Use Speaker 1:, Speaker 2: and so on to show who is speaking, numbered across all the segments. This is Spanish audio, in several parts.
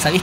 Speaker 1: sabéis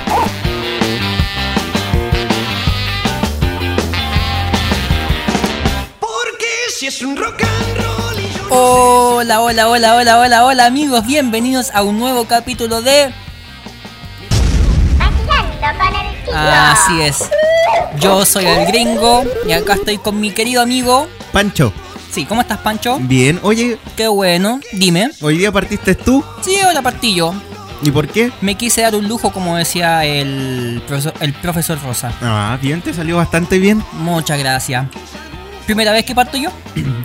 Speaker 2: Chico.
Speaker 3: Porque si es un rock and roll y yo
Speaker 1: Hola, hola, hola, hola, hola, hola amigos. Bienvenidos a un nuevo capítulo de...
Speaker 2: Vacilando con el Chico.
Speaker 1: Así es. Yo soy el gringo y acá estoy con mi querido amigo.
Speaker 4: Pancho,
Speaker 1: Sí, ¿cómo estás, Pancho?
Speaker 4: bien, oye,
Speaker 1: Qué bueno. Dime.
Speaker 4: hoy día partiste tú.
Speaker 1: Sí, hola, Partillo.
Speaker 4: ¿Y por qué?
Speaker 1: Me quise dar un lujo, como decía el profesor, el profesor Rosa.
Speaker 4: Ah, bien, te salió bastante bien.
Speaker 1: Muchas gracias. ¿Primera vez que parto yo?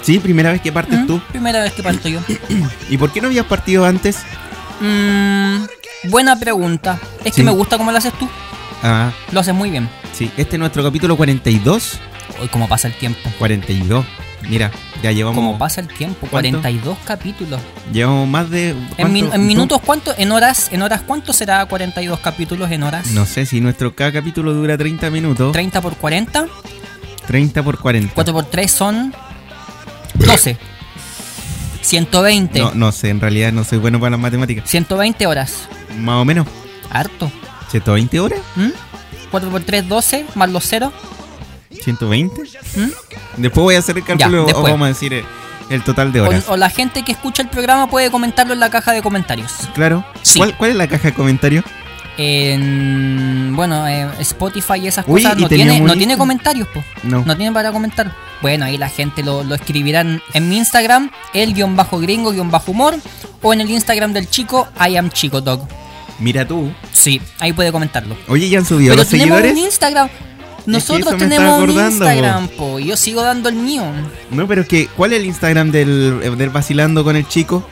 Speaker 4: Sí, primera vez que partes
Speaker 1: ¿Mm?
Speaker 4: tú.
Speaker 1: Primera vez que parto yo.
Speaker 4: ¿Y por qué no habías partido antes?
Speaker 1: Mm, buena pregunta. Es
Speaker 4: Sí.
Speaker 1: que me gusta cómo lo haces tú.
Speaker 4: Ah,
Speaker 1: Lo haces muy bien.
Speaker 4: sí, este es nuestro capítulo 42.
Speaker 1: Hoy, cómo pasa el tiempo.
Speaker 4: 42. Mira, ya llevamos,
Speaker 1: ¿Cómo pasa el tiempo?
Speaker 4: ¿Cuánto?
Speaker 1: 42 capítulos.
Speaker 4: llevamos más de...
Speaker 1: En,
Speaker 4: ¿cuánto?
Speaker 1: min- en minutos, ¿cuánto? En horas, en horas, ¿cuánto será 42 capítulos en horas?
Speaker 4: No sé si nuestro cada capítulo dura 30 minutos.
Speaker 1: 30 por 40,
Speaker 4: 30 por 40.
Speaker 1: 4 por 3 son 12. 120.
Speaker 4: No, no sé, en realidad no soy bueno para las matemáticas.
Speaker 1: 120 horas.
Speaker 4: Más o menos.
Speaker 1: Harto.
Speaker 4: ¿120 horas?
Speaker 1: ¿Mm? 4 por 3, 12, más los ceros.
Speaker 4: ¿120?
Speaker 1: ¿Mm?
Speaker 4: Después voy a hacer el cálculo o
Speaker 1: después.
Speaker 4: vamos a decir eh, el total de horas.
Speaker 1: O, o la gente que escucha el programa puede comentarlo en la caja de comentarios.
Speaker 4: Claro.
Speaker 1: Sí.
Speaker 4: ¿Cuál, ¿Cuál es la caja de comentarios?
Speaker 1: En, bueno, eh, Spotify y esas
Speaker 4: Uy,
Speaker 1: cosas
Speaker 4: y
Speaker 1: no
Speaker 4: tenía
Speaker 1: tiene,
Speaker 4: un
Speaker 1: no
Speaker 4: link.
Speaker 1: tiene comentarios, po.
Speaker 4: No.
Speaker 1: No tiene para comentar. Bueno, ahí la gente lo, lo escribirán en mi Instagram, el guión bajo gringo guión bajo humor, o en el Instagram del chico, I am chico dog.
Speaker 4: Mira tú.
Speaker 1: Sí, ahí puede comentarlo.
Speaker 4: Oye, ¿ya han subido
Speaker 1: Pero
Speaker 4: los
Speaker 1: tenemos
Speaker 4: seguidores?
Speaker 1: un Instagram. Nosotros
Speaker 4: eso me
Speaker 1: tenemos
Speaker 4: estaba
Speaker 1: un
Speaker 4: acordando, po.
Speaker 1: Instagram, po. y Yo sigo dando el mío.
Speaker 4: No, pero es que, ¿cuál es el Instagram del, eh, del vacilando con el chico?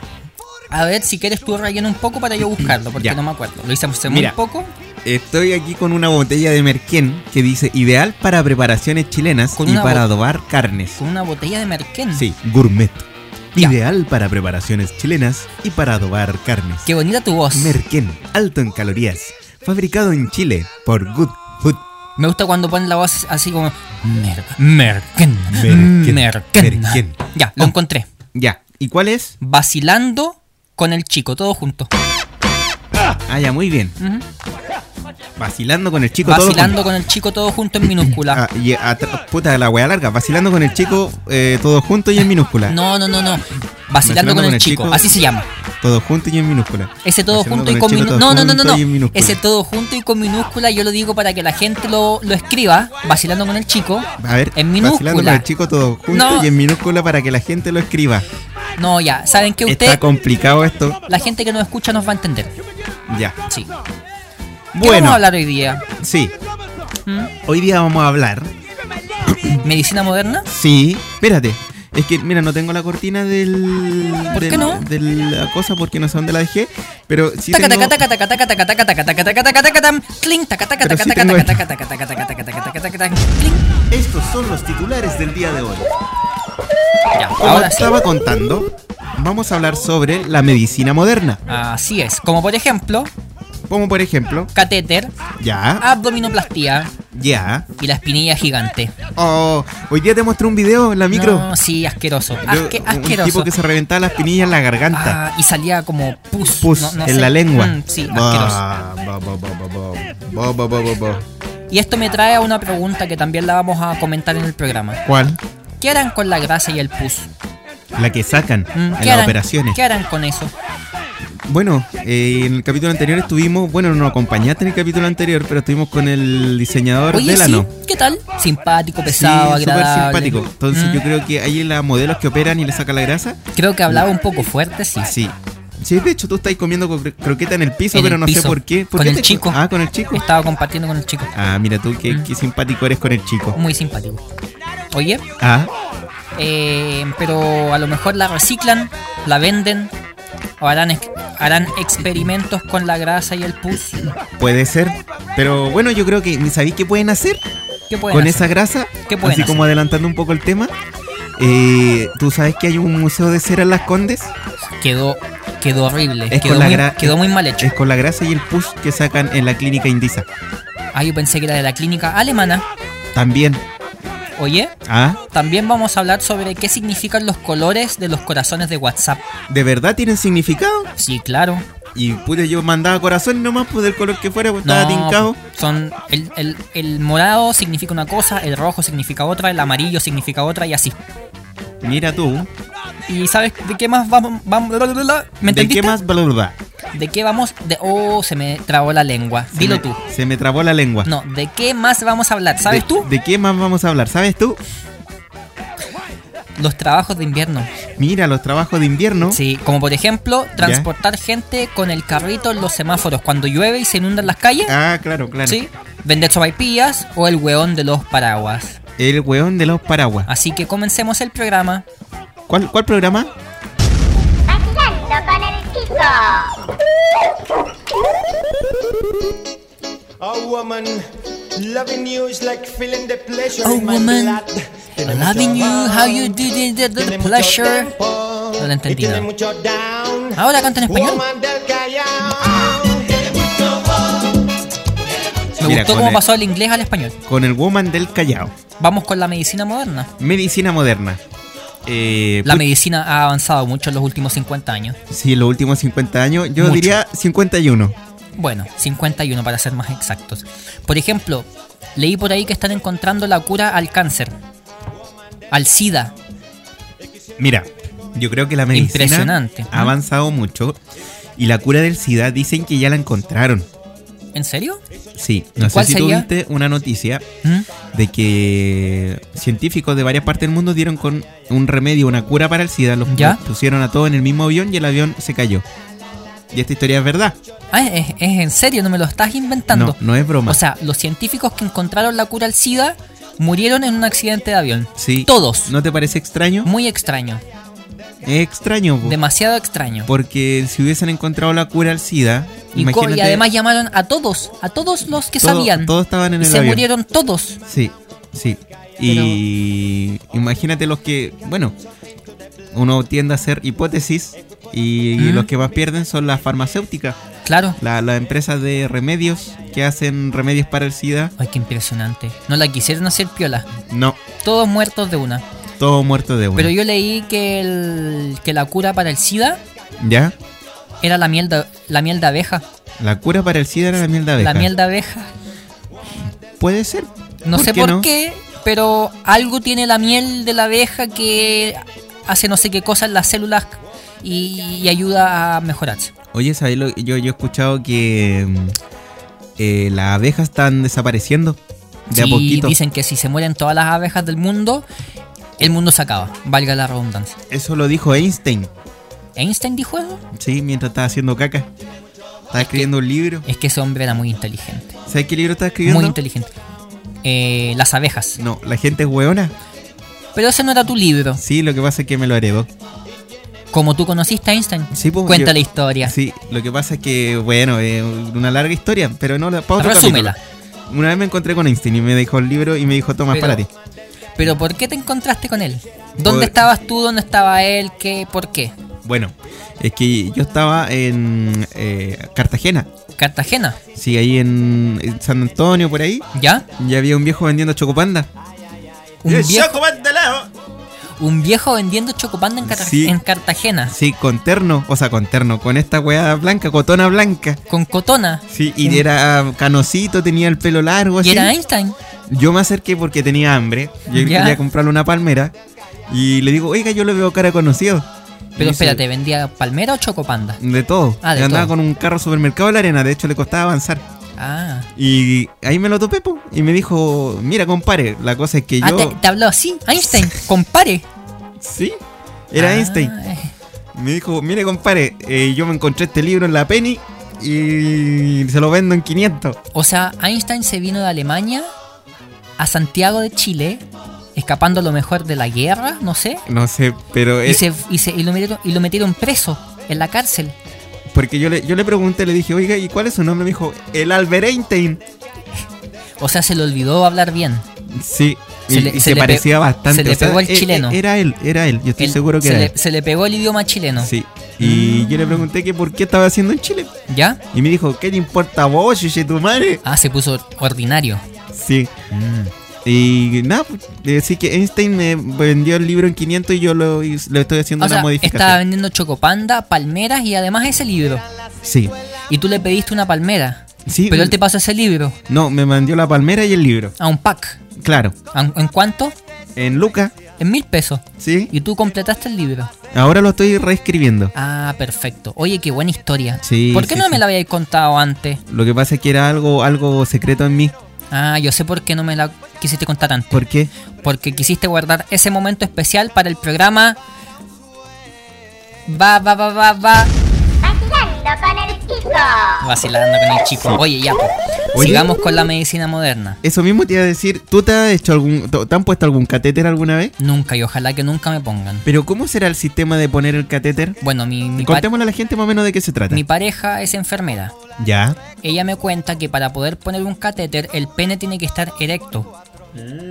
Speaker 1: A ver, si quieres tú rellena un poco para yo buscarlo, porque
Speaker 4: Ya.
Speaker 1: no me acuerdo. Lo hice hace
Speaker 4: Mira.
Speaker 1: muy poco.
Speaker 4: Estoy aquí con una botella de merquén que dice ideal para preparaciones chilenas
Speaker 1: Con
Speaker 4: y
Speaker 1: una
Speaker 4: para
Speaker 1: bo-
Speaker 4: adobar carnes.
Speaker 1: Con una botella de merquén.
Speaker 4: Sí, gourmet.
Speaker 1: Ya.
Speaker 4: Ideal para preparaciones chilenas y para adobar carnes.
Speaker 1: Qué bonita tu voz.
Speaker 4: Merquén, alto en calorías. Fabricado en Chile por Good Food.
Speaker 1: Me gusta cuando ponen la voz así como. Mer, merquén.
Speaker 4: Merquén,
Speaker 1: Merquén.
Speaker 4: merquén.
Speaker 1: Ya, lo encontré.
Speaker 4: Ya, ¿y cuál es?
Speaker 1: Vacilando con el chico, todo junto.
Speaker 4: Ah, ya, muy bien.
Speaker 1: Ujú.
Speaker 4: Vacilando con el chico todo
Speaker 1: Vacilando
Speaker 4: junto.
Speaker 1: con el chico, todo junto en minúscula.
Speaker 4: Ah, y atr- puta, la wea larga. Vacilando con el chico eh, todo junto y en minúscula.
Speaker 1: No, no, no, no. Vacilando con el chico, así se llama.
Speaker 4: Todo junto y en minúscula.
Speaker 1: Ese todo
Speaker 4: Vacilando
Speaker 1: junto y con
Speaker 4: el chico
Speaker 1: minúscula. No,
Speaker 4: todo
Speaker 1: no, no, no,
Speaker 4: junto y en
Speaker 1: no.
Speaker 4: minúscula.
Speaker 1: Ese todo junto y con minúscula, yo lo digo para que la gente lo, lo escriba. Vacilando con el chico.
Speaker 4: A ver,
Speaker 1: en
Speaker 4: vacilando con
Speaker 1: minúscula.
Speaker 4: el chico todo junto
Speaker 1: No.
Speaker 4: y en minúscula para que la gente lo escriba.
Speaker 1: No, ya. ¿Saben qué
Speaker 4: Está
Speaker 1: usted?
Speaker 4: complicado esto.
Speaker 1: La gente que nos escucha nos va a entender.
Speaker 4: Ya.
Speaker 1: Sí. ¿Qué vamos
Speaker 4: Bueno,
Speaker 1: a hablar hoy día?
Speaker 4: sí.
Speaker 1: ¿Mm?
Speaker 4: Hoy día vamos a hablar.
Speaker 1: ¿Medicina moderna?
Speaker 4: Sí. Espérate. Es que, mira, no tengo la cortina del.
Speaker 1: ¿Por
Speaker 4: del-
Speaker 1: qué no?
Speaker 4: De la cosa porque no sé dónde la dejé. Pero sí.
Speaker 1: Taca,
Speaker 4: tengo-
Speaker 1: taca, taca, taca, taca, taca, taca, taca, taca, taca, taca, taca, tam. Cling, taca, taca,
Speaker 4: Pero
Speaker 1: taca,
Speaker 4: sí
Speaker 1: taca,
Speaker 4: tengo
Speaker 1: taca,
Speaker 4: esto.
Speaker 1: taca, taca, taca, taca, taca, taca, taca, taca, cling.
Speaker 5: Estos son los titulares del día de hoy.
Speaker 1: Ya,
Speaker 4: Como
Speaker 1: ahora sí.
Speaker 4: estaba contando, vamos a hablar sobre la medicina moderna.
Speaker 1: Así es. Como por ejemplo,
Speaker 4: Como por ejemplo,
Speaker 1: catéter,
Speaker 4: ya,
Speaker 1: abdominoplastía
Speaker 4: ya.
Speaker 1: y la espinilla gigante.
Speaker 4: Oh, hoy día te mostré un video en la micro.
Speaker 1: No, sí, asqueroso.
Speaker 4: de
Speaker 1: Asque-
Speaker 4: un- Un
Speaker 1: asqueroso.
Speaker 4: tipo que se reventaba las pinillas en la garganta.
Speaker 1: Ah, y salía como pus.
Speaker 4: pus
Speaker 1: no- no
Speaker 4: en
Speaker 1: sé.
Speaker 4: la lengua.
Speaker 1: Mm, sí, asqueroso.
Speaker 4: Bah, bah, bah, bah, bah, bah. Bah, bah, bah, bah, bah.
Speaker 1: Y esto me trae a una pregunta que también la vamos a comentar en el programa.
Speaker 4: ¿Cuál?
Speaker 1: ¿Qué harán con la grasa y el pus?
Speaker 4: La que sacan
Speaker 1: Mm,
Speaker 4: en
Speaker 1: ¿Qué
Speaker 4: las
Speaker 1: harán-
Speaker 4: operaciones.
Speaker 1: ¿Qué harán con eso?
Speaker 4: Bueno, eh, en el capítulo anterior estuvimos, bueno, no nos acompañaste en el capítulo anterior, pero estuvimos con el diseñador
Speaker 1: Oye,
Speaker 4: Delano.
Speaker 1: sí, ¿qué tal? Simpático,
Speaker 4: Sí,
Speaker 1: pesado,
Speaker 4: súper
Speaker 1: agradable.
Speaker 4: simpático. Entonces
Speaker 1: Mm,
Speaker 4: yo creo que ahí las modelos que operan y le sacan la grasa.
Speaker 1: creo que hablaba un poco fuerte, sí.
Speaker 4: Sí. Sí, de hecho tú estás comiendo cro- croqueta en el piso,
Speaker 1: En
Speaker 4: pero
Speaker 1: el
Speaker 4: no sé
Speaker 1: piso.
Speaker 4: por qué. ¿Por
Speaker 1: Con
Speaker 4: qué
Speaker 1: el
Speaker 4: te-
Speaker 1: chico.
Speaker 4: Ah, con el chico.
Speaker 1: Estaba compartiendo con el chico.
Speaker 4: Ah, mira tú, qué,
Speaker 1: Mm.
Speaker 4: qué simpático eres con el chico.
Speaker 1: Muy simpático. Oye,
Speaker 4: Ah,
Speaker 1: eh, pero a lo mejor la reciclan, la venden, o harán, ex- harán experimentos con la grasa y el pus.
Speaker 4: puede ser. Pero bueno, yo creo que, ¿sabéis qué pueden hacer?
Speaker 1: ¿Qué pueden
Speaker 4: con
Speaker 1: hacer?
Speaker 4: esa grasa,
Speaker 1: ¿Qué
Speaker 4: así
Speaker 1: pueden hacer?
Speaker 4: como adelantando un poco el tema, eh, tú sabes que hay un museo de cera en Las Condes,
Speaker 1: Quedó, quedó horrible.
Speaker 4: Es
Speaker 1: Quedó
Speaker 4: con la
Speaker 1: muy,
Speaker 4: gra-
Speaker 1: quedó muy mal hecho.
Speaker 4: es con la grasa y el pus que sacan en la clínica Indisa.
Speaker 1: Ah, yo pensé que era de la clínica alemana.
Speaker 4: También,
Speaker 1: Oye,
Speaker 4: ah,
Speaker 1: también vamos a hablar sobre qué significan los colores de los corazones de WhatsApp.
Speaker 4: ¿de verdad tienen significado?
Speaker 1: Sí, claro.
Speaker 4: Y pude yo mandaba corazón nomás, pues del color que fuera, pues
Speaker 1: No,
Speaker 4: estaba tincado.
Speaker 1: son el, el- el morado significa una cosa, el rojo significa otra, el amarillo significa otra y así. pues.
Speaker 4: Mira tú,
Speaker 1: ¿Y sabes de qué más vamos? vamos bla, bla, bla, bla? ¿Me
Speaker 4: ¿de qué
Speaker 1: entendiste?
Speaker 4: más? Bla, bla, bla.
Speaker 1: ¿De qué vamos? De, oh, se me trabó la lengua.
Speaker 4: Se
Speaker 1: Dilo
Speaker 4: me-
Speaker 1: tú.
Speaker 4: Se me trabó la lengua.
Speaker 1: No, ¿de qué más vamos a hablar? ¿Sabes
Speaker 4: ¿De-
Speaker 1: tú?
Speaker 4: ¿De qué más vamos a hablar? ¿Sabes tú?
Speaker 1: Los trabajos de invierno.
Speaker 4: Mira, los trabajos de invierno.
Speaker 1: Sí, como por ejemplo, transportar gente con el carrito en los semáforos cuando llueve y se inundan las calles.
Speaker 4: Ah, claro, claro.
Speaker 1: Sí, vender sopaipillas o el weón de los paraguas.
Speaker 4: El weón de los paraguas.
Speaker 1: Así que comencemos el programa.
Speaker 4: ¿Cuál, cuál programa?
Speaker 2: vacilando con el chico.
Speaker 3: Oh woman, loving you is like feeling the pleasure
Speaker 1: Oh,
Speaker 3: in my
Speaker 1: woman,
Speaker 3: blood. Tiene
Speaker 1: loving
Speaker 3: mucho
Speaker 1: you, how you
Speaker 3: down,
Speaker 1: do the- the- the
Speaker 3: tiene mucho
Speaker 1: pleasure.
Speaker 3: tempo,
Speaker 1: No lo entendí
Speaker 3: y tiene
Speaker 1: nada.
Speaker 3: mucho down.
Speaker 1: Ahora canta en español. Ah,
Speaker 3: Woman del Callao.
Speaker 1: Me
Speaker 4: Mira,
Speaker 1: gustó
Speaker 4: con
Speaker 1: cómo
Speaker 4: el-
Speaker 1: pasó el inglés al español.
Speaker 4: Con el woman del Callao.
Speaker 1: Vamos con la medicina moderna.
Speaker 4: Medicina moderna. Eh,
Speaker 1: La
Speaker 4: put-
Speaker 1: medicina ha avanzado mucho en los últimos 50 años.
Speaker 4: sí, los últimos 50 años. Yo
Speaker 1: Mucho.
Speaker 4: diría 51.
Speaker 1: Bueno, 51 para ser más exactos. Por ejemplo, leí por ahí que están encontrando la cura al cáncer, al SIDA.
Speaker 4: Mira, yo creo que la medicina
Speaker 1: Impresionante.
Speaker 4: ha avanzado mucho. Y la cura del SIDA dicen que ya la encontraron.
Speaker 1: ¿En serio?
Speaker 4: Sí, no sé
Speaker 1: ¿Cuál
Speaker 4: si
Speaker 1: sería?
Speaker 4: tuviste una noticia
Speaker 1: ¿Mm?
Speaker 4: de que científicos de varias partes del mundo dieron con un remedio, una cura para el SIDA. Los
Speaker 1: ¿Ya?
Speaker 4: los pusieron a todos en el mismo avión y el avión se cayó. Y esta historia es verdad.
Speaker 1: Ah, es, es en serio, no me lo estás inventando.
Speaker 4: No, no es broma.
Speaker 1: O sea, los científicos que encontraron la cura al SIDA murieron en un accidente de avión.
Speaker 4: Sí.
Speaker 1: Todos.
Speaker 4: ¿No te parece extraño?
Speaker 1: Muy extraño.
Speaker 4: Es extraño. po.
Speaker 1: Demasiado extraño.
Speaker 4: Pues, Porque si hubiesen encontrado la cura al SIDA,
Speaker 1: Y, co- y además llamaron a todos, a todos los que
Speaker 4: todo-
Speaker 1: sabían.
Speaker 4: Todos estaban en
Speaker 1: y
Speaker 4: el
Speaker 1: se
Speaker 4: avión.
Speaker 1: murieron todos.
Speaker 4: Sí, sí. Y imagínate los que, bueno, uno tiende a hacer hipótesis y
Speaker 1: ¿Mm?
Speaker 4: los que más pierden son las farmacéuticas,
Speaker 1: Claro.
Speaker 4: la- las empresas de remedios que hacen remedios para el SIDA.
Speaker 1: Ay, qué impresionante. No la quisieron hacer piola.
Speaker 4: No,
Speaker 1: Todos muertos de una.
Speaker 4: todo muerto de uno.
Speaker 1: Pero yo leí que, el, que la cura para el SIDA
Speaker 4: ¿Ya?
Speaker 1: era la miel de, la miel de abeja.
Speaker 4: La cura para el SIDA era la miel de abeja.
Speaker 1: La miel de abeja.
Speaker 4: Puede ser.
Speaker 1: No sé por
Speaker 4: no?
Speaker 1: qué, pero algo tiene la miel de la abeja que hace no sé qué cosa en las células y, y ayuda a mejorarse.
Speaker 4: Oye, ¿sabes lo- yo, yo he escuchado que mm, eh, las abejas están desapareciendo de a
Speaker 1: Sí,
Speaker 4: poquito.
Speaker 1: dicen que si se mueren todas las abejas del mundo, el mundo se acaba, valga la redundancia.
Speaker 4: Eso lo dijo Einstein,
Speaker 1: ¿Einstein dijo eso?
Speaker 4: sí, mientras estaba haciendo caca. Estaba escribiendo un libro.
Speaker 1: Es que ese hombre era muy inteligente.
Speaker 4: ¿Sabes qué libro estaba escribiendo?
Speaker 1: Muy inteligente. Eh, las abejas.
Speaker 4: No, la gente es hueona.
Speaker 1: Pero ese no era tu libro.
Speaker 4: Sí, lo que pasa es que me lo heredó.
Speaker 1: Como tú conociste a Einstein,
Speaker 4: Sí, pues,
Speaker 1: cuenta
Speaker 4: yo-
Speaker 1: la historia.
Speaker 4: Sí, lo que pasa es que, bueno, es una larga historia, pero no la para otro
Speaker 1: Resúmela.
Speaker 4: capítulo. Una vez me encontré con Einstein y me dejó el libro y me dijo, toma,
Speaker 1: Pero-
Speaker 4: para ti.
Speaker 1: Pero ¿por qué te encontraste con él? ¿Dónde
Speaker 4: Por-
Speaker 1: estabas tú? ¿Dónde estaba él? ¿Qué? ¿Por qué?
Speaker 4: Bueno, es que yo estaba en eh, Cartagena.
Speaker 1: Cartagena,
Speaker 4: Sí, ahí en, en San Antonio, por ahí.
Speaker 1: ¿ya?
Speaker 4: Y había un viejo vendiendo chocopanda.
Speaker 1: Un
Speaker 4: ¡Eh,
Speaker 1: viejo,
Speaker 5: de lejos!
Speaker 1: un viejo vendiendo chocopanda en, Carta-
Speaker 4: Sí.
Speaker 1: en Cartagena.
Speaker 4: Sí, con terno, o sea, con terno, con esta weá blanca, cotona blanca.
Speaker 1: Con cotona.
Speaker 4: Sí, y
Speaker 1: Un-
Speaker 4: era canocito, tenía el pelo largo, así.
Speaker 1: Y era Einstein.
Speaker 4: Yo me acerqué porque tenía hambre. Yo
Speaker 1: Ya.
Speaker 4: quería comprarle una palmera. Y le digo, oiga, yo le veo cara conocido.
Speaker 1: Pero
Speaker 4: Dice-
Speaker 1: espérate, ¿vendía palmera o chocopanda?
Speaker 4: De todo.
Speaker 1: Ah, de
Speaker 4: Andaba
Speaker 1: todo.
Speaker 4: con un carro supermercado de la arena, de hecho le costaba avanzar.
Speaker 1: Ah,
Speaker 4: Y ahí me lo topé, po, y me dijo, mira, compare, la cosa es que
Speaker 1: Ah,
Speaker 4: yo...
Speaker 1: te, te habló así, Einstein, compare.
Speaker 4: Sí, era
Speaker 1: Ah,
Speaker 4: Einstein.
Speaker 1: eh.
Speaker 4: Me dijo, mire, compare, eh, yo me encontré este libro en la Penny y se lo vendo en 500.
Speaker 1: O sea, Einstein se vino de Alemania a Santiago de Chile, escapando a lo mejor de la guerra, no sé.
Speaker 4: No sé, pero...
Speaker 1: Y,
Speaker 4: eh,
Speaker 1: se, y, se- y lo metieron, y lo metieron preso en la cárcel.
Speaker 4: Porque yo le, yo le pregunté, le dije, oiga, ¿y cuál es su nombre? Me dijo, el Albert Einstein.
Speaker 1: O sea, se le olvidó hablar bien.
Speaker 4: Sí,
Speaker 1: Se
Speaker 4: y y
Speaker 1: le-
Speaker 4: se,
Speaker 1: se le pe-
Speaker 4: parecía bastante.
Speaker 1: se le
Speaker 4: o sea,
Speaker 1: pegó el
Speaker 4: e- e-
Speaker 1: chileno.
Speaker 4: Era él, era él, yo estoy
Speaker 1: Él-
Speaker 4: seguro que
Speaker 1: se
Speaker 4: era
Speaker 1: le,
Speaker 4: él.
Speaker 1: se le pegó el idioma chileno.
Speaker 4: Sí, y yo le pregunté que por qué estaba haciendo en Chile.
Speaker 1: ¿Ya?
Speaker 4: Y me dijo, ¿qué te importa a vos, oye, tu madre?
Speaker 1: Ah, se puso ordinario.
Speaker 4: Sí.
Speaker 1: Mm.
Speaker 4: Y nada, pues, eh, así que Einstein me vendió el libro en 500 y yo lo, y le estoy haciendo
Speaker 1: O
Speaker 4: una
Speaker 1: sea, estaba
Speaker 4: modificación.
Speaker 1: vendiendo chocopanda, palmeras y además ese libro.
Speaker 4: Sí.
Speaker 1: Y tú le pediste una palmera.
Speaker 4: Sí,
Speaker 1: Pero él
Speaker 4: mm.
Speaker 1: te pasó ese libro
Speaker 4: No, me mandó la palmera y el libro.
Speaker 1: a un pack.
Speaker 4: Claro.
Speaker 1: ¿A un- ¿En cuánto?
Speaker 4: En Lucas,
Speaker 1: En mil pesos.
Speaker 4: sí.
Speaker 1: Y tú completaste el libro.
Speaker 4: Ahora lo estoy reescribiendo.
Speaker 1: Ah, perfecto. Oye, qué buena historia.
Speaker 4: Sí,
Speaker 1: ¿Por qué
Speaker 4: sí,
Speaker 1: no
Speaker 4: sí.
Speaker 1: me la habíais contado antes?
Speaker 4: Lo que pasa es que era algo, algo secreto en mí.
Speaker 1: Ah, yo sé por qué no me la quisiste contar antes.
Speaker 4: ¿Por qué?
Speaker 1: Porque quisiste guardar ese momento especial para el programa. Va, va, va, va, va.
Speaker 2: Vacilando con el chico.
Speaker 1: Vacilando con el chico. Oye, ya. pues.
Speaker 4: Oye.
Speaker 1: Sigamos con la medicina moderna.
Speaker 4: Eso mismo te iba a decir, ¿tú te has hecho algún, te te han puesto algún catéter alguna vez?
Speaker 1: Nunca y ojalá que nunca me pongan.
Speaker 4: Pero ¿cómo será el sistema de poner el catéter?
Speaker 1: Bueno, mi, mi, pa-
Speaker 4: Contémosle a la gente más o menos de qué se trata.
Speaker 1: mi pareja es enfermera.
Speaker 4: Ya.
Speaker 1: Ella me cuenta que para poder poner un catéter el pene tiene que estar erecto.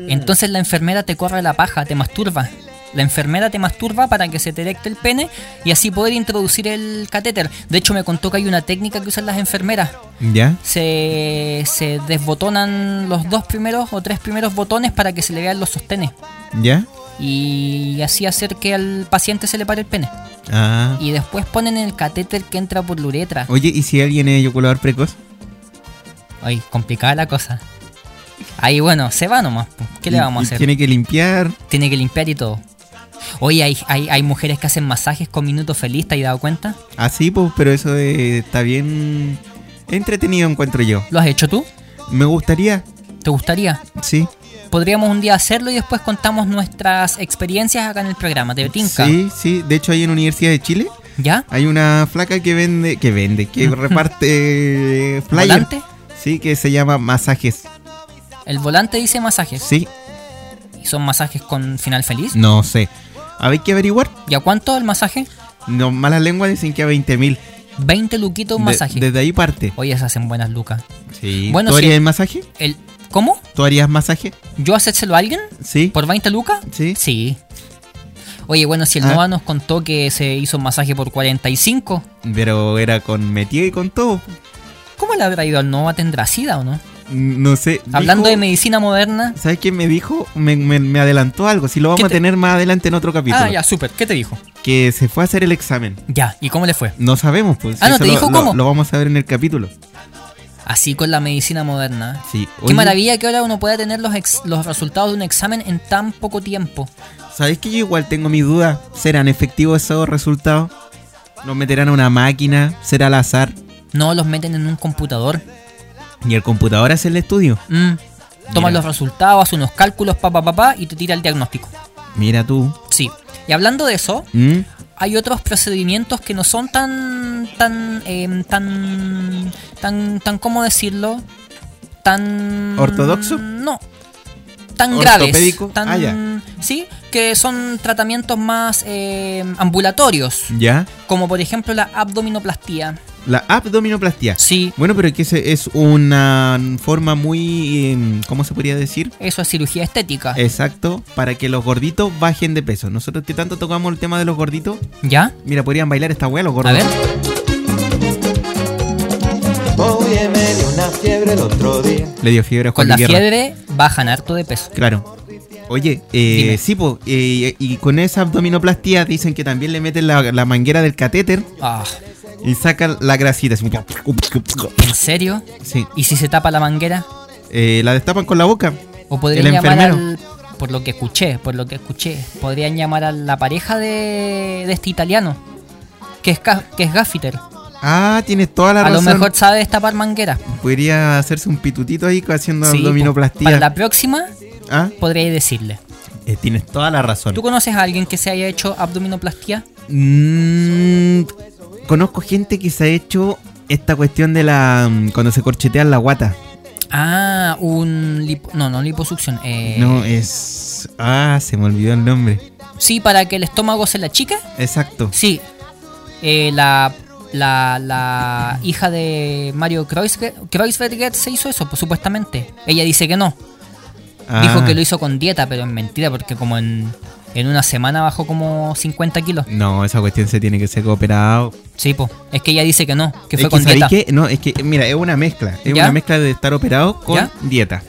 Speaker 1: Entonces la enfermera te corre la paja, te masturba. La enfermera te masturba para que se te erecte el pene y así poder introducir el catéter. De hecho me contó que hay una técnica que usan las enfermeras.
Speaker 4: Ya.
Speaker 1: Se, se desbotonan los dos primeros o tres primeros botones para que se le vean los sostenes.
Speaker 4: Ya.
Speaker 1: Y así hacer que al paciente se le pare el pene.
Speaker 4: Ah.
Speaker 1: Y después ponen el catéter que entra por la uretra.
Speaker 4: Oye, ¿y si alguien es eyoculador precoz?
Speaker 1: Ay, complicada la cosa. Ahí bueno, se va nomás. po. ¿Qué le
Speaker 4: Y-
Speaker 1: vamos a
Speaker 4: y
Speaker 1: hacer? Tiene...
Speaker 4: Tiene que limpiar.
Speaker 1: que limpiar y todo. Oye, hay, hay, hay mujeres que hacen masajes con minuto feliz, ¿te has dado cuenta?
Speaker 4: Así, pues, pero eso eh, está bien entretenido, encuentro yo.
Speaker 1: ¿Lo has hecho tú?
Speaker 4: Me gustaría,
Speaker 1: ¿Te gustaría?
Speaker 4: sí.
Speaker 1: Podríamos un día hacerlo y después contamos nuestras experiencias acá en el programa, ¿te tinca?
Speaker 4: Sí, sí. De hecho, ahí en Universidad de Chile
Speaker 1: ¿Ya?
Speaker 4: hay una flaca que vende, que vende, que reparte eh, flyer.
Speaker 1: ¿Volante?
Speaker 4: Sí, que se llama masajes.
Speaker 1: El volante dice masajes.
Speaker 4: Sí, Mm.
Speaker 1: ¿Y son masajes con final feliz?
Speaker 4: no sé. Hay que averiguar.
Speaker 1: ¿Y a cuánto el masaje?
Speaker 4: No, malas lenguas dicen que a 20 mil.
Speaker 1: 20 luquitos un masaje.
Speaker 4: desde ahí parte.
Speaker 1: Oye, se hacen buenas lucas.
Speaker 4: Sí.
Speaker 1: Bueno,
Speaker 4: ¿Tú
Speaker 1: sí.
Speaker 4: harías el masaje?
Speaker 1: El, ¿Cómo?
Speaker 4: ¿Tú harías masaje?
Speaker 1: ¿Yo hacérselo a alguien?
Speaker 4: Sí.
Speaker 1: ¿Por 20 lucas?
Speaker 4: Sí.
Speaker 1: Sí. Oye, bueno, si el
Speaker 4: Ah.
Speaker 1: Nova nos contó que se hizo un masaje por 45,
Speaker 4: Pero era con metida y con todo.
Speaker 1: ¿cómo le habrá ido al Nova? ¿Tendrá sida o no?
Speaker 4: No sé.
Speaker 1: Hablando
Speaker 4: dijo-
Speaker 1: de medicina moderna.
Speaker 4: ¿Sabes qué me dijo? Me, me- me adelantó algo. Si lo
Speaker 1: ¿Qué
Speaker 4: vamos a
Speaker 1: te-
Speaker 4: tener más adelante en otro capítulo.
Speaker 1: Ah, ya, súper. ¿Qué te dijo?
Speaker 4: Que se fue a hacer el examen.
Speaker 1: Ya, ¿y cómo le fue?
Speaker 4: No sabemos, pues.
Speaker 1: Ah, no,
Speaker 4: Eso
Speaker 1: ¿te
Speaker 4: lo-
Speaker 1: dijo
Speaker 4: lo-
Speaker 1: cómo?
Speaker 4: Lo vamos a ver en el capítulo.
Speaker 1: Así con la medicina moderna.
Speaker 4: Sí.
Speaker 1: Qué
Speaker 4: Oye,
Speaker 1: maravilla que ahora uno pueda tener los, ex- los resultados de un examen en tan poco tiempo.
Speaker 4: ¿Sabes que yo igual tengo mis dudas? ¿Serán efectivos esos resultados? ¿Nos meterán a una máquina? ¿Será al azar?
Speaker 1: No los meten en un computador.
Speaker 4: ¿Y el computador hace el estudio?
Speaker 1: Mm. Toman
Speaker 4: Mira.
Speaker 1: los resultados, hace unos cálculos, pa, pa, pa, pa, y te tira el diagnóstico.
Speaker 4: Mira tú.
Speaker 1: Sí. Y hablando de eso,
Speaker 4: ¿Mm?
Speaker 1: hay otros procedimientos que no son tan tan em, tan tan tan cómo decirlo tan
Speaker 4: ¿Ortodoxo?
Speaker 1: no tan graves
Speaker 4: ¿Ortopédico?
Speaker 1: tan
Speaker 4: Ah, ya.
Speaker 1: sí que son tratamientos más em, ambulatorios
Speaker 4: ¿Ya?
Speaker 1: como por ejemplo la abdominoplastía
Speaker 4: La abdominoplastia.
Speaker 1: sí
Speaker 4: Bueno, pero es que ese es una forma muy... em, ¿Cómo se podría decir?
Speaker 1: eso es cirugía estética
Speaker 4: Eh, Exacto, para que los gorditos bajen de peso. Nosotros que tanto tocamos el tema de los gorditos.
Speaker 1: ya
Speaker 4: Mira, podrían bailar esta weá los
Speaker 1: a
Speaker 4: gordos.
Speaker 1: ver
Speaker 3: Oye, me dio una fiebre el otro día.
Speaker 4: Le dio fiebre a Juan
Speaker 1: con la
Speaker 4: Luis Guerra.
Speaker 1: fiebre bajan harto de peso
Speaker 4: Claro. Oye, eh,
Speaker 1: Dime.
Speaker 4: sí, po, eh, y con esa abdominoplastía dicen que también le meten la, la manguera del catéter
Speaker 1: ah
Speaker 4: y sacan la grasita. así.
Speaker 1: en serio
Speaker 4: Sí,
Speaker 1: y si se tapa la manguera
Speaker 4: eh, la destapan con la boca.
Speaker 1: o podría
Speaker 4: El
Speaker 1: llamar
Speaker 4: enfermero.
Speaker 1: al por lo que escuché, por lo que escuché, podrían llamar a la pareja de, de este italiano, que es, ca- que es Gaffiter.
Speaker 4: Ah, tienes toda la
Speaker 1: A lo
Speaker 4: razón.
Speaker 1: mejor sabe destapar mangueras.
Speaker 4: Podría hacerse un pitutito ahí haciendo
Speaker 1: Sí,
Speaker 4: abdominoplastía.
Speaker 1: para la próxima
Speaker 4: Ah,
Speaker 1: podríais decirle.
Speaker 4: eh, tienes toda la razón.
Speaker 1: ¿Tú conoces a alguien que se haya hecho abdominoplastía?
Speaker 4: Mm, conozco gente que se ha hecho esta cuestión de la. mm, cuando se corchetean la guata.
Speaker 1: Ah, un lipo- no, no liposucción. eh,
Speaker 4: No, es. Ah, se me olvidó el nombre.
Speaker 1: Sí, para que el estómago se la chica.
Speaker 4: Exacto.
Speaker 1: Sí. Eh, la, la, la hija de Mario Kreuzberger, Kreuzberger se hizo eso, pues, supuestamente. Ella dice que no. Dijo
Speaker 4: Ah,
Speaker 1: que lo hizo con dieta, pero es mentira, porque como en, en una semana bajó como 50 kilos.
Speaker 4: No, esa cuestión se tiene que ser cooperado.
Speaker 1: Sí, pues. Es que ella dice que no, que
Speaker 4: Es
Speaker 1: fue con
Speaker 4: ¿sabéis
Speaker 1: dieta.
Speaker 4: qué? No, es que, mira, es una mezcla. Es
Speaker 1: ¿Ya?
Speaker 4: una mezcla de estar operado con
Speaker 1: ¿Ya?
Speaker 4: dieta.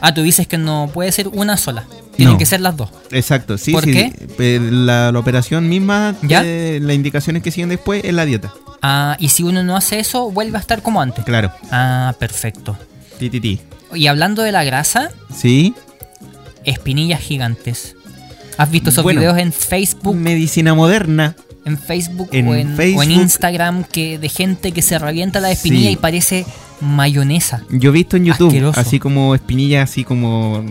Speaker 1: Ah, tú dices que no puede ser una sola. Tienen
Speaker 4: No.
Speaker 1: que ser las dos.
Speaker 4: Exacto, sí,
Speaker 1: ¿Por
Speaker 4: sí.
Speaker 1: qué?
Speaker 4: eh, La, la operación misma,
Speaker 1: ¿Ya?
Speaker 4: eh, las indicaciones que siguen después es la dieta.
Speaker 1: Ah, y si uno no hace eso, vuelve a estar como antes.
Speaker 4: Claro.
Speaker 1: Ah, perfecto.
Speaker 4: Ti, ti, ti.
Speaker 1: Y hablando de la grasa,
Speaker 4: Sí.
Speaker 1: espinillas gigantes. ¿Has visto esos
Speaker 4: Bueno.
Speaker 1: videos en Facebook?
Speaker 4: Medicina moderna.
Speaker 1: En Facebook,
Speaker 4: En
Speaker 1: o, en, o en
Speaker 4: Facebook.
Speaker 1: Instagram que de gente que se revienta la espinilla
Speaker 4: Sí.
Speaker 1: y parece mayonesa.
Speaker 4: Yo he visto en YouTube
Speaker 1: Asqueroso.
Speaker 4: así como espinillas así como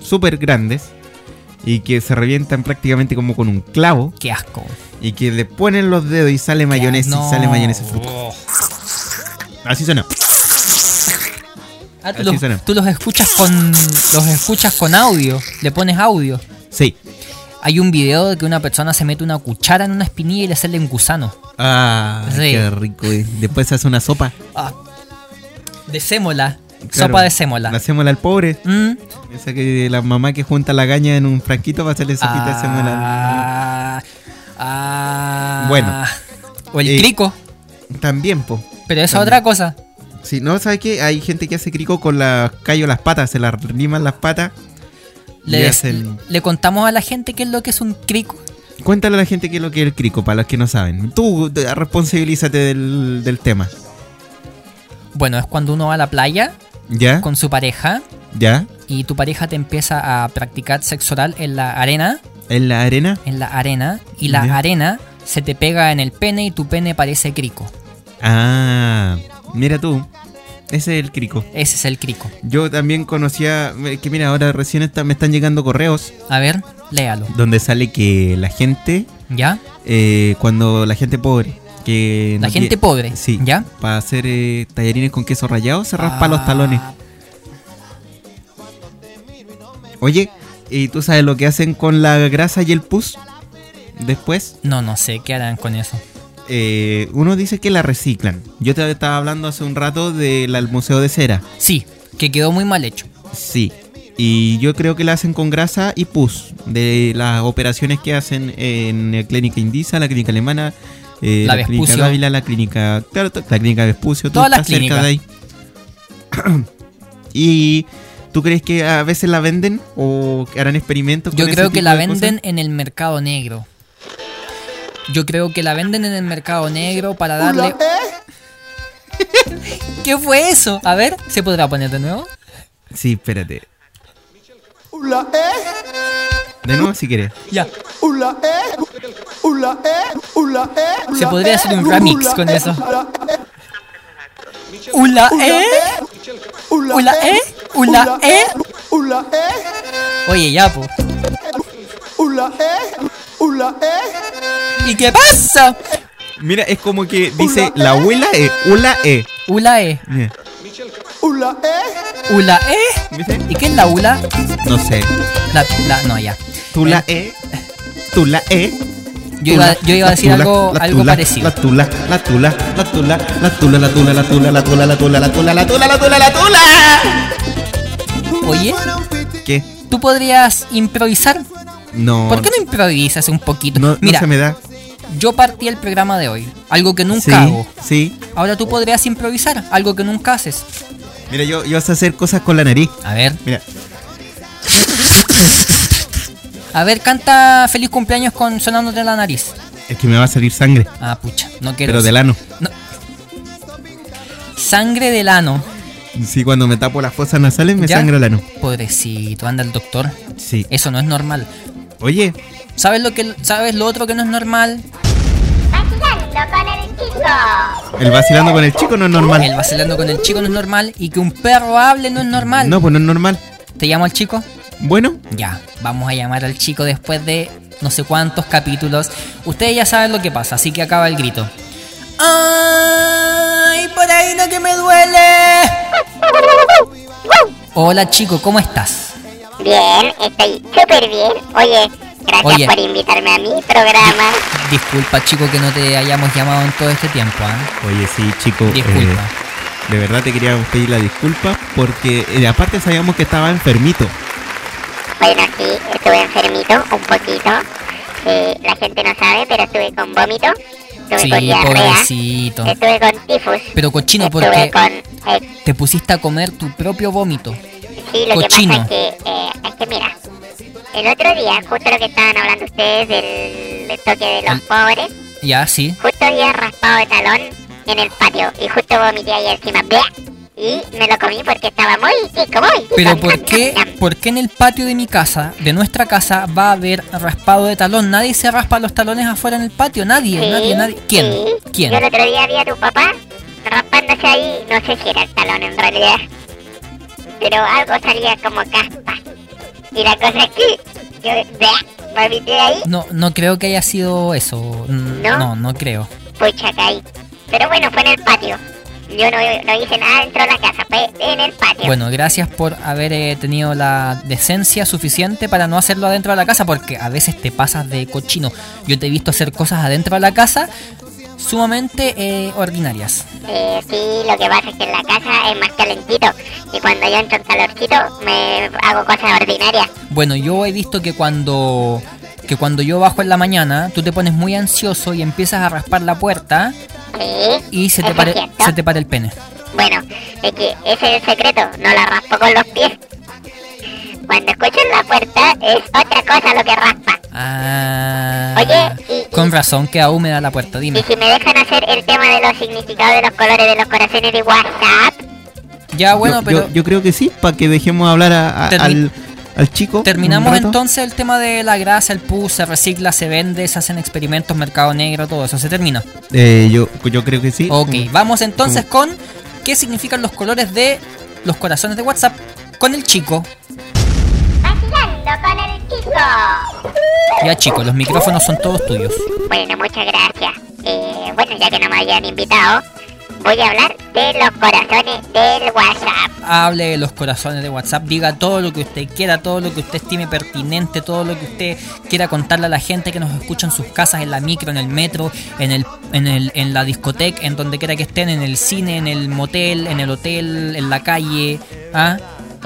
Speaker 4: súper grandes y que se revientan prácticamente como con un clavo
Speaker 1: Qué asco.
Speaker 4: y que le ponen los dedos y sale mayonesa
Speaker 1: no. Oh.
Speaker 4: y sale mayonesa. Así suena.
Speaker 1: Ah, tú,
Speaker 4: Así
Speaker 1: los,
Speaker 4: suena.
Speaker 1: tú los escuchas con los escuchas con audio, le pones audio.
Speaker 4: Sí.
Speaker 1: Hay un video de que una persona se mete una cuchara en una espinilla y le sale un gusano.
Speaker 4: Ah,
Speaker 1: Sí.
Speaker 4: qué rico. eh. Después se hace una sopa.
Speaker 1: Ah. De sémola.
Speaker 4: Claro,
Speaker 1: Sopa de sémola.
Speaker 4: La sémola al pobre.
Speaker 1: Mm.
Speaker 4: Esa que la mamá que junta la gaña en un franquito va a hacerle sopita de sémola.
Speaker 1: Ah, ah.
Speaker 4: Bueno.
Speaker 1: O el
Speaker 4: Eh,
Speaker 1: crico.
Speaker 4: También, po.
Speaker 1: Pero eso es otra cosa.
Speaker 4: Si no, ¿sabes qué? Hay gente que hace crico con la callo las patas, se las riman las patas.
Speaker 1: Le,
Speaker 4: y
Speaker 1: des-
Speaker 4: hacen-
Speaker 1: le contamos a la gente qué es lo que es un crico.
Speaker 4: Cuéntale a la gente qué es lo que es el crico, para los que no saben. Tú te- responsabilízate del, del tema.
Speaker 1: Bueno, es cuando uno va a la playa
Speaker 4: ¿Ya?
Speaker 1: con su pareja
Speaker 4: ¿Ya?
Speaker 1: y tu pareja te empieza a practicar sexo oral en la arena,
Speaker 4: ¿En la arena?
Speaker 1: en la arena, y la
Speaker 4: Ya.
Speaker 1: arena se te pega en el pene y tu pene parece crico.
Speaker 4: Ah, mira tú. Ese es el crico.
Speaker 1: Ese es el crico.
Speaker 4: Yo también conocía, eh, que mira, ahora recién está- me están llegando correos
Speaker 1: A ver, léalo.
Speaker 4: donde sale que la gente,
Speaker 1: ¿Ya?
Speaker 4: eh, cuando la gente pobre, que...
Speaker 1: La
Speaker 4: no
Speaker 1: gente
Speaker 4: tiene-
Speaker 1: pobre.
Speaker 4: Sí.
Speaker 1: ¿Ya?
Speaker 4: Para hacer eh, tallarines con queso rallado se raspa los
Speaker 1: Ah,
Speaker 4: talones. Oye, ¿y tú sabes lo que hacen con la grasa y el pus? Después,
Speaker 1: No, no sé, ¿qué harán con eso?
Speaker 4: eh, uno dice que la reciclan. Yo te estaba hablando hace un rato del al Museo de Cera.
Speaker 1: Sí, que quedó muy mal hecho.
Speaker 4: Sí. Y yo creo que la hacen con grasa y pus. De las operaciones que hacen en la clínica indisa, la clínica alemana, eh,
Speaker 1: La
Speaker 4: la, clínica
Speaker 1: Vespucio.
Speaker 4: Dávila, la clínica. Claro, to- la clínica Vespucio, todo
Speaker 1: Todas las
Speaker 4: está cerca
Speaker 1: clínicas.
Speaker 4: de ahí. y. ¿Tú crees que a veces la venden o que harán experimentos?
Speaker 1: Yo
Speaker 4: con ese
Speaker 1: creo que
Speaker 4: tipo
Speaker 1: la
Speaker 4: de cosas?
Speaker 1: venden en el mercado negro. Yo creo que la venden en el mercado negro para
Speaker 4: ¿eh?
Speaker 1: darle. ¿Qué fue eso? A ver, ¿se podrá poner de nuevo?
Speaker 4: Sí, espérate. De nuevo si quieres.
Speaker 1: Ya.
Speaker 6: Ula eh, ula eh, ula eh, ula
Speaker 1: Se podría hacer un remix con eso. Ula
Speaker 6: ula
Speaker 1: eh,
Speaker 6: ula
Speaker 1: ula eh, ula eh.
Speaker 6: ula eh,
Speaker 1: Oye, ya, po.
Speaker 6: ula eh, ula eh,
Speaker 1: ¿Y qué pasa?
Speaker 4: Mira, es como que dice la abuela E, ula E.
Speaker 1: Ula eh,
Speaker 4: Mira,
Speaker 6: ula eh,
Speaker 1: ula eh.
Speaker 4: ¿Viste?
Speaker 1: ¿Y qué es la ula?
Speaker 4: No sé.
Speaker 1: La, la, no, ya. Eh,
Speaker 4: Tú la E. Tú la E.
Speaker 1: Yo iba, yo iba a decir algo, algo parecido.
Speaker 4: La tula, la tula, la tula, la tula, la tula, la tula, la tula, la tula, la tula, la tula, la tula, la tula.
Speaker 1: Oye,
Speaker 4: ¿Qué?
Speaker 1: ¿tú podrías improvisar?
Speaker 4: No.
Speaker 1: ¿Por qué no improvisas un poquito?
Speaker 4: no, no
Speaker 1: Mira,
Speaker 4: se me da.
Speaker 1: Yo partí el programa de hoy, algo que nunca
Speaker 4: Sí,
Speaker 1: hago.
Speaker 4: sí.
Speaker 1: Ahora tú podrías improvisar, algo que nunca haces.
Speaker 4: Mira, yo, yo sé hacer cosas con la nariz.
Speaker 1: A ver.
Speaker 4: Mira,
Speaker 1: A ver, canta feliz cumpleaños con sonándote la nariz.
Speaker 4: es que me va a salir sangre,
Speaker 1: Ah, pucha, no quiero.
Speaker 4: pero del ano.
Speaker 1: Sangre del ano.
Speaker 4: Sí, cuando me tapo las fosas nasales me
Speaker 1: ¿Ya? Eh.
Speaker 4: sangra la nariz.
Speaker 1: Pobrecito, anda el doctor.
Speaker 4: Sí.
Speaker 1: Eso no es normal.
Speaker 4: Oye,
Speaker 1: ¿Sabes lo, que, ¿Sabes lo otro que no es normal?
Speaker 2: Vacilando con el chico.
Speaker 4: el vacilando con el chico no es normal.
Speaker 1: El vacilando con el chico no es normal y que un perro hable no es normal.
Speaker 4: No, pues no es normal.
Speaker 1: ¿Te llamo al chico?
Speaker 4: Bueno,
Speaker 1: Ya, vamos a llamar al chico después de no sé cuántos capítulos. Ustedes ya saben lo que pasa, así que acaba el grito. ¡Ay, por ahí no que me duele! Hola chico, ¿cómo estás?
Speaker 2: Bien, estoy súper bien. Oye, gracias
Speaker 1: Oye.
Speaker 2: por invitarme a mi programa.
Speaker 1: Disculpa chico que no te hayamos llamado en todo este tiempo, ¿ah?
Speaker 4: oye, sí, chico.
Speaker 1: Disculpa.
Speaker 4: eh, de verdad te quería pedir la disculpa porque eh, aparte sabíamos que estaba enfermito.
Speaker 2: Bueno, sí, estuve enfermito un poquito. Eh, la gente no sabe, pero estuve con vómito. Estuve
Speaker 1: Sí,
Speaker 2: con diarrea.
Speaker 1: pobrecito.
Speaker 2: Estuve con tifus.
Speaker 1: Pero cochino
Speaker 2: estuve
Speaker 1: porque
Speaker 2: con... eh,
Speaker 1: te pusiste a comer tu propio vómito.
Speaker 2: sí, lo
Speaker 1: cochino.
Speaker 2: que pasa es que... eh, es que mira, el otro día, justo lo que estaban hablando ustedes del, del toque de los
Speaker 1: Al-
Speaker 2: pobres,
Speaker 1: Ya, sí.
Speaker 2: justo había raspado el talón en el patio y justo vomité ahí encima. ¡Bla! Y me lo comí porque estaba muy chico, muy chico.
Speaker 1: Pero ¿por qué, ¿por qué en el patio de mi casa, de nuestra casa, va a haber raspado de talón? Nadie se raspa los talones afuera en el patio, nadie,
Speaker 2: Sí,
Speaker 1: nadie, nadie. ¿Quién?
Speaker 2: sí.
Speaker 1: ¿Quién?
Speaker 2: Yo el otro día vi a tu papá raspándose ahí, no sé si era el talón en realidad, pero algo salía como caspa. Y la cosa es que yo ¡bla! vomité ahí,
Speaker 1: No, no creo que haya sido eso. Mm,
Speaker 2: ¿No?
Speaker 1: No, no, creo.
Speaker 2: pucha caí. Pero bueno, fue en el patio. Yo no, no hice nada dentro de la casa, fue en el patio.
Speaker 1: Bueno, gracias por haber eh, tenido la decencia suficiente para no hacerlo adentro de la casa, porque a veces te pasas de cochino. Yo te he visto hacer cosas adentro de la casa sumamente eh, ordinarias.
Speaker 2: Eh, sí, lo que pasa es que en la casa es más calentito y cuando yo entro en calorcito me hago cosas ordinarias.
Speaker 1: Bueno, yo he visto que cuando que cuando yo bajo en la mañana, tú te pones muy ansioso y empiezas a raspar la puerta
Speaker 2: Sí,
Speaker 1: y se te
Speaker 2: ¿eso
Speaker 1: pare,
Speaker 2: es cierto?
Speaker 1: se te para el pene.
Speaker 2: Bueno, es que ese es el secreto, no la raspo con los pies. Cuando escuchan la puerta es otra cosa lo que raspa.
Speaker 1: Ah.
Speaker 2: Oye, y-
Speaker 1: con razón queda húmeda la puerta,
Speaker 2: Y
Speaker 1: dime.
Speaker 2: si me dejan hacer el tema de los significados de los colores de los corazones de WhatsApp,
Speaker 1: Ya Ah, bueno,
Speaker 4: yo,
Speaker 1: pero
Speaker 4: yo, yo creo que sí, para que dejemos hablar a- a-
Speaker 1: Termi-
Speaker 4: al, al chico. un
Speaker 1: terminamos
Speaker 4: rato.
Speaker 1: entonces el tema de la grasa, el pus, se recicla, se vende, se hacen experimentos, mercado negro, todo eso se termina.
Speaker 4: Eh, yo, yo creo que sí.
Speaker 1: Ok, vamos entonces
Speaker 4: Mm.
Speaker 1: con qué significan los colores de los corazones de WhatsApp con el chico.
Speaker 2: vacilando con el chico.
Speaker 1: Ya chico, los micrófonos son todos tuyos.
Speaker 2: Bueno, muchas gracias. Eh, bueno, ya que no me habían invitado, voy a hablar de los corazones del WhatsApp.
Speaker 1: hable de los corazones de WhatsApp, diga todo lo que usted quiera, todo lo que usted estime pertinente, todo lo que usted quiera contarle a la gente que nos escucha en sus casas, en la micro, en el metro, en el, en el, en la discoteca, en donde quiera que estén, en el cine, en el motel, en el hotel, en la calle, ¿ah?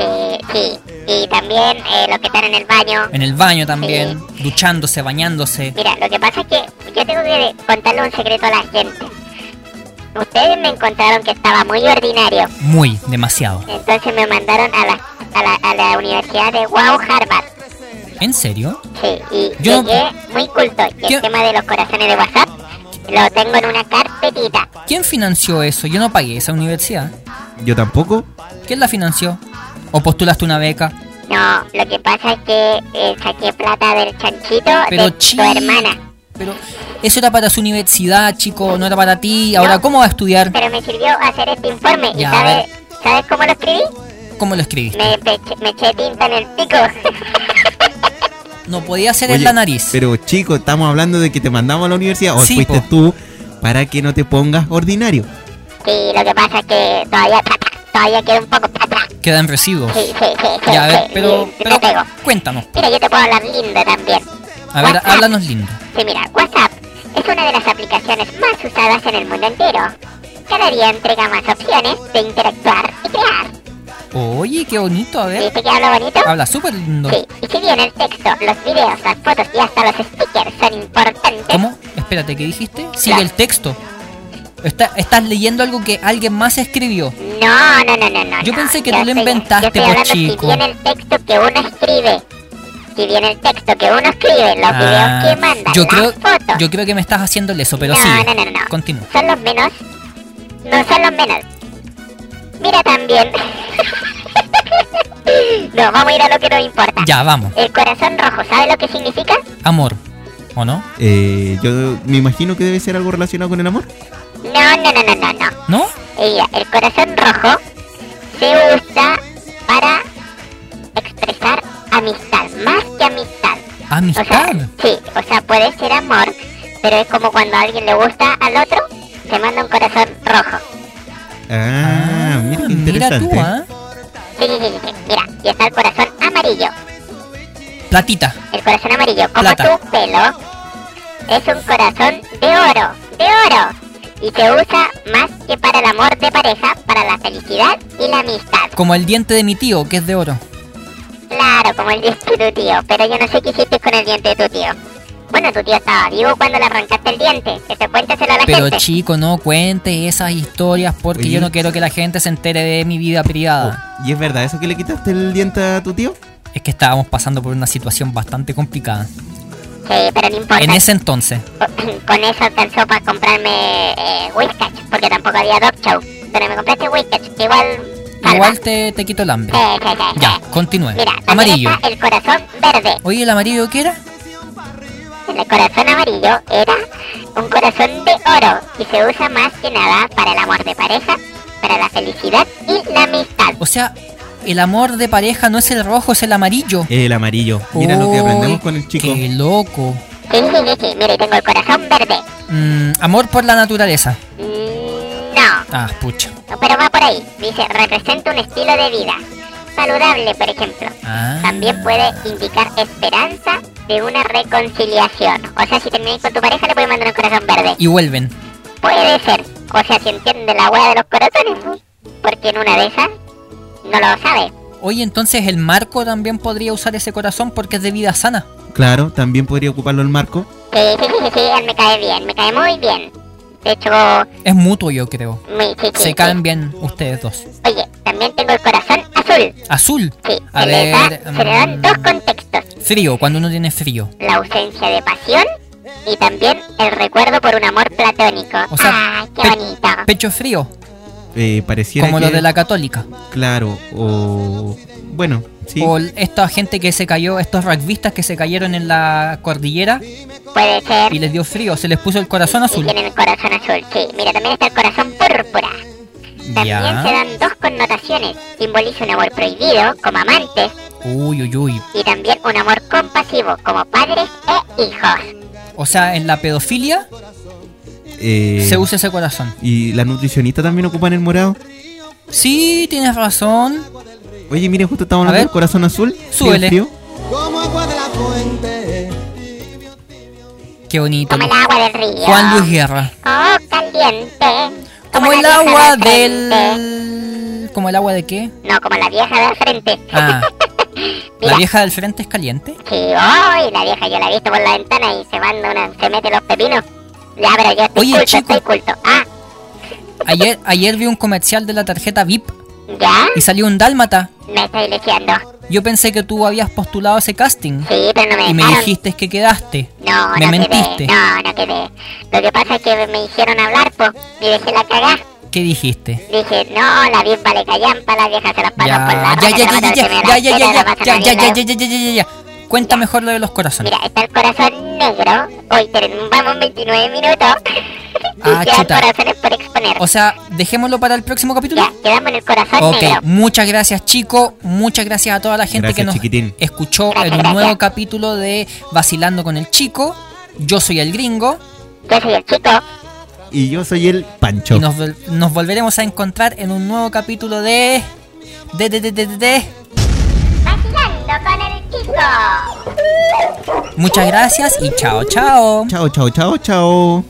Speaker 2: Eh, sí, y también eh, los que están en el baño.
Speaker 1: en el baño también, duchándose, bañándose.
Speaker 2: Mira, lo que pasa es que yo tengo que contarle un secreto a la gente. Ustedes me encontraron que estaba muy ordinario,
Speaker 1: Muy, demasiado.
Speaker 2: entonces me mandaron a la, a la, a la Universidad de Wow Harvard.
Speaker 1: ¿En serio?
Speaker 2: Sí, y
Speaker 1: Yo-
Speaker 2: llegué muy culto. Y el
Speaker 1: ¿Qué?
Speaker 2: tema de los corazones de WhatsApp lo tengo en una carpetita.
Speaker 1: ¿Quién financió eso? Yo no pagué esa universidad.
Speaker 4: Yo tampoco.
Speaker 1: ¿Quién la financió? ¿O postulaste una beca?
Speaker 2: No, lo que pasa es que eh, saqué plata del chanchito
Speaker 1: Pero
Speaker 2: de
Speaker 1: chico,
Speaker 2: tu hermana.
Speaker 1: Pero eso era para su universidad, chico, no era para ti. Ahora, ¿cómo va a estudiar?
Speaker 2: Pero me sirvió hacer este informe. ¿Y
Speaker 1: Ya, a
Speaker 2: sabes, sabes cómo lo escribí?
Speaker 1: ¿Cómo lo escribiste?
Speaker 2: Me, peche- me eché tinta en el pico.
Speaker 1: No podía ser en
Speaker 4: Oye,
Speaker 1: la nariz.
Speaker 4: Pero chico, estamos hablando de que te mandamos a la universidad o
Speaker 1: Sí,
Speaker 4: fuiste
Speaker 1: po.
Speaker 4: tú para que no te pongas ordinario.
Speaker 2: Sí, lo que pasa es que todavía, todavía queda un poco.
Speaker 1: Quedan residuos.
Speaker 2: Sí, sí, sí, sí,
Speaker 1: Ya, a ver,
Speaker 2: sí,
Speaker 1: pero,
Speaker 2: sí, sí,
Speaker 1: pero
Speaker 2: te pego.
Speaker 1: cuéntanos.
Speaker 2: Mira, yo te puedo hablar lindo también.
Speaker 1: A ver,
Speaker 2: WhatsApp.
Speaker 1: háblanos lindo.
Speaker 2: Sí, mira, WhatsApp es una de las aplicaciones más usadas en el mundo entero. Cada día entrega más opciones de interactuar y crear.
Speaker 1: Oye, qué bonito, a ver.
Speaker 2: ¿Viste que hablo bonito?
Speaker 1: Habla súper lindo.
Speaker 2: Sí, y si bien el texto, los videos, las fotos y hasta los stickers son importantes,
Speaker 1: ¿Cómo? Espérate, ¿qué dijiste? Sigue el texto. Está- estás leyendo algo que alguien más escribió.
Speaker 2: no, no, no, no, no.
Speaker 1: Yo
Speaker 2: no,
Speaker 1: pensé que
Speaker 2: yo
Speaker 1: tú lo
Speaker 2: estoy-
Speaker 1: inventaste,
Speaker 2: yo estoy hablando
Speaker 1: pues, chico.
Speaker 2: Si bien el texto que uno escribe, si bien el texto que uno escribe, los
Speaker 1: Ah,
Speaker 2: videos que manda,
Speaker 1: yo
Speaker 2: las
Speaker 1: creo,
Speaker 2: fotos,
Speaker 1: yo creo que me estás haciendo el eso, pero
Speaker 2: no,
Speaker 1: sigue.
Speaker 2: no, no, no.
Speaker 1: Continúa.
Speaker 2: Son los menos. No son los menos. Mira también. no, vamos a ir a lo que nos importa.
Speaker 1: Ya, vamos.
Speaker 2: El corazón rojo, ¿sabe lo que significa?
Speaker 1: Amor. ¿O no?
Speaker 4: Eh, yo me imagino que debe ser algo relacionado con el amor.
Speaker 2: No, no, no, no, no, no.
Speaker 1: ¿No?
Speaker 2: Ella, el corazón rojo se usa para expresar amistad, más que amistad. O sea,
Speaker 1: Amistad.
Speaker 2: sí, o sea, puede ser amor, pero es como cuando a alguien le gusta al otro, te manda un corazón rojo.
Speaker 4: Ah, mira qué
Speaker 1: mira
Speaker 4: interesante.
Speaker 1: tú, ¿ah?
Speaker 2: Sí, sí, sí, sí, mira, y está el corazón amarillo.
Speaker 1: Platita.
Speaker 2: El corazón amarillo, como
Speaker 1: Plata.
Speaker 2: tu pelo, es un corazón de oro, de oro. Y se usa más que para el amor de pareja, para la felicidad y la amistad.
Speaker 1: Como el diente de mi tío, que es de oro.
Speaker 2: Claro, como el diente de tu tío, pero yo no sé qué hiciste con el diente de tu tío. Bueno, tu tío estaba vivo cuando le arrancaste el diente. Eso cuéntaselo a la
Speaker 1: Pero
Speaker 2: gente.
Speaker 1: chico, no cuente esas historias porque
Speaker 4: Oye.
Speaker 1: yo no quiero que la gente se entere de mi vida privada.
Speaker 4: Oh, ¿Y es verdad eso que le quitaste el diente a tu tío?
Speaker 1: Es que estábamos pasando por una situación bastante complicada.
Speaker 2: Sí, pero no importa.
Speaker 1: En ese entonces.
Speaker 2: Con eso alcanzó para comprarme eh, Whiskas, porque tampoco había Dog Show. Pero me compraste Whiskas, que igual... salva.
Speaker 1: Igual te, te quito el hambre.
Speaker 2: Sí, sí, sí,
Speaker 1: Ya,
Speaker 2: sí.
Speaker 1: continúe.
Speaker 2: Eh, Mira, también
Speaker 1: Amarillo.
Speaker 2: está el corazón verde.
Speaker 1: Oye, ¿el amarillo qué era?
Speaker 2: El corazón amarillo era un corazón de oro y se usa más que nada para el amor de pareja, para la felicidad y la amistad.
Speaker 1: O sea, el amor de pareja no es el rojo, es el amarillo.
Speaker 4: El amarillo. Mira lo que
Speaker 1: Uy,
Speaker 4: aprendemos con el chico.
Speaker 1: Qué loco.
Speaker 2: Sí, sí, sí, sí. Mira, y tengo el corazón verde.
Speaker 1: Mm, amor por la naturaleza.
Speaker 2: Mm, No,
Speaker 1: Ah, pucha.
Speaker 2: no, pero va por ahí. Dice, representa un estilo de vida. Saludable, por ejemplo.
Speaker 1: Ah.
Speaker 2: También puede indicar esperanza de una reconciliación. O sea, si termináis con tu pareja, le puedes mandar un corazón verde.
Speaker 1: Y vuelven.
Speaker 2: Puede ser. O sea, si entiende la hueá de los corazones, ¿no? porque en una de esas no lo sabe.
Speaker 1: Oye, entonces el marco también podría usar ese corazón porque es de vida sana.
Speaker 4: Claro, también podría ocuparlo el marco.
Speaker 2: Sí, sí, sí, sí, sí, él me cae bien, me cae muy bien. De hecho,
Speaker 1: Es mutuo, yo creo.
Speaker 2: muy sí, sí,
Speaker 1: Se
Speaker 2: sí.
Speaker 1: caen bien ustedes dos.
Speaker 2: Oye, también tengo el corazón azul.
Speaker 1: Azul.
Speaker 2: Sí,
Speaker 1: A
Speaker 2: se, le da-
Speaker 1: ver,
Speaker 2: se le dan
Speaker 1: mm.
Speaker 2: dos contextos.
Speaker 1: Frío, cuando uno tiene frío.
Speaker 2: La ausencia de pasión y también el recuerdo por un amor platónico.
Speaker 1: O sea,
Speaker 2: ¡Ay, qué
Speaker 1: pe-
Speaker 2: bonito!
Speaker 1: Pecho frío,
Speaker 4: Eh, pareciera
Speaker 1: como
Speaker 4: que-
Speaker 1: los de la católica.
Speaker 4: Claro, o... Bueno, sí.
Speaker 1: O l- esta gente que se cayó, estos rugbyistas que se cayeron en la cordillera
Speaker 2: Puede ser.
Speaker 1: y les dio frío, se les puso el corazón
Speaker 2: Y
Speaker 1: azul.
Speaker 2: tienen el corazón azul, sí. Mira, también está el corazón púrpura. También se
Speaker 1: Ya.
Speaker 2: dan dos connotaciones. Simboliza un amor prohibido, como amantes,
Speaker 1: Uy, uy, uy.
Speaker 2: y también un amor compasivo, como padres e hijos.
Speaker 1: O sea, en la pedofilia
Speaker 4: Eh,
Speaker 1: se usa ese corazón.
Speaker 4: ¿Y la nutricionista también ocupan el morado?
Speaker 1: Sí, tienes razón.
Speaker 4: Oye, mire, justo estamos
Speaker 1: A
Speaker 4: hablando
Speaker 1: ver.
Speaker 4: del corazón azul. frío,
Speaker 1: Súbele.
Speaker 4: frío.
Speaker 6: Como agua de la fuente.
Speaker 1: Qué bonito.
Speaker 2: Como el agua del río.
Speaker 1: Juan Luis Guerra.
Speaker 2: Oh, caliente.
Speaker 1: Como el
Speaker 2: la vieja
Speaker 1: agua
Speaker 2: del frente.
Speaker 1: del... ¿Como el agua de qué?
Speaker 2: No, como la vieja del frente.
Speaker 1: Ah.
Speaker 2: Mira.
Speaker 1: ¿La vieja del frente es caliente?
Speaker 2: Sí, hoy la vieja yo la he visto por la ventana y se manda una, se mete los pepinos. Ya, pero yo estoy
Speaker 1: Oye,
Speaker 2: culto,
Speaker 1: chico.
Speaker 2: estoy culto. Ah,
Speaker 1: Ayer, ayer vi un comercial de la tarjeta VIP
Speaker 2: ¿ya?
Speaker 1: y salió un dálmata.
Speaker 2: Me estoy lecheando.
Speaker 1: Yo pensé que tú habías postulado ese casting
Speaker 2: Sí, pero no me
Speaker 1: y me
Speaker 2: dejaron.
Speaker 1: dijiste que quedaste.
Speaker 2: No,
Speaker 1: Me
Speaker 2: no quedé.
Speaker 1: mentiste.
Speaker 2: No, no quedé. Lo que pasa es que me hicieron hablar, pues, y dejé la cagá.
Speaker 1: ¿Qué dijiste?
Speaker 2: Dije, no, la vieja le callampa, la vieja se las pasa por la raja,
Speaker 1: Ya, ya, ya,
Speaker 2: se la
Speaker 1: ya,
Speaker 2: pasa encima de la
Speaker 1: ya, ya, ya,
Speaker 2: tela,
Speaker 1: ya,
Speaker 2: la pasa
Speaker 1: ya, ya, ya,
Speaker 2: encima
Speaker 1: ya,
Speaker 2: de la-
Speaker 1: ya, ya, ya, ya, ya. Cuenta mejor lo de los corazones.
Speaker 2: Mira, está el corazón negro. Hoy tenemos, vamos 29 minutos.
Speaker 1: Ah,
Speaker 2: ya el
Speaker 1: chuta.
Speaker 2: corazón es por exponer.
Speaker 1: O sea, dejémoslo para el próximo capítulo.
Speaker 2: Ya, quedamos en el corazón
Speaker 1: Ok,
Speaker 2: negro.
Speaker 1: muchas gracias chico, muchas gracias a toda la gente
Speaker 4: Gracias,
Speaker 1: que nos
Speaker 4: chiquitín.
Speaker 1: escuchó
Speaker 2: Gracias,
Speaker 1: en un
Speaker 2: gracias.
Speaker 1: nuevo capítulo de Vacilando con el Chico. Yo soy el gringo
Speaker 2: Yo soy el chico.
Speaker 4: Y yo soy el Pancho.
Speaker 1: y nos, vol- nos volveremos a encontrar en un nuevo capítulo de... de, de, de, de, de- de.
Speaker 2: Vacilando con el chico.
Speaker 1: Muchas gracias y chao, chao.
Speaker 4: Chao, chao, chao, chao.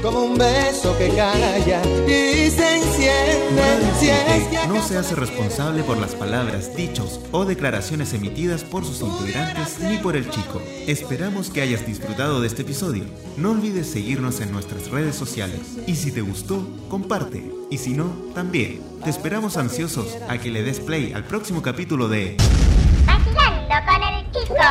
Speaker 6: Como un beso que calla y se enciende. Si es que
Speaker 5: No se hace responsable por las palabras, dichos o declaraciones emitidas por sus integrantes ni por el chico. Esperamos que hayas disfrutado de este episodio. No olvides seguirnos en nuestras redes sociales. Y si te gustó, comparte. Y si no, también. Te esperamos ansiosos a que le des play al próximo capítulo de...
Speaker 2: Vacilando con el chico.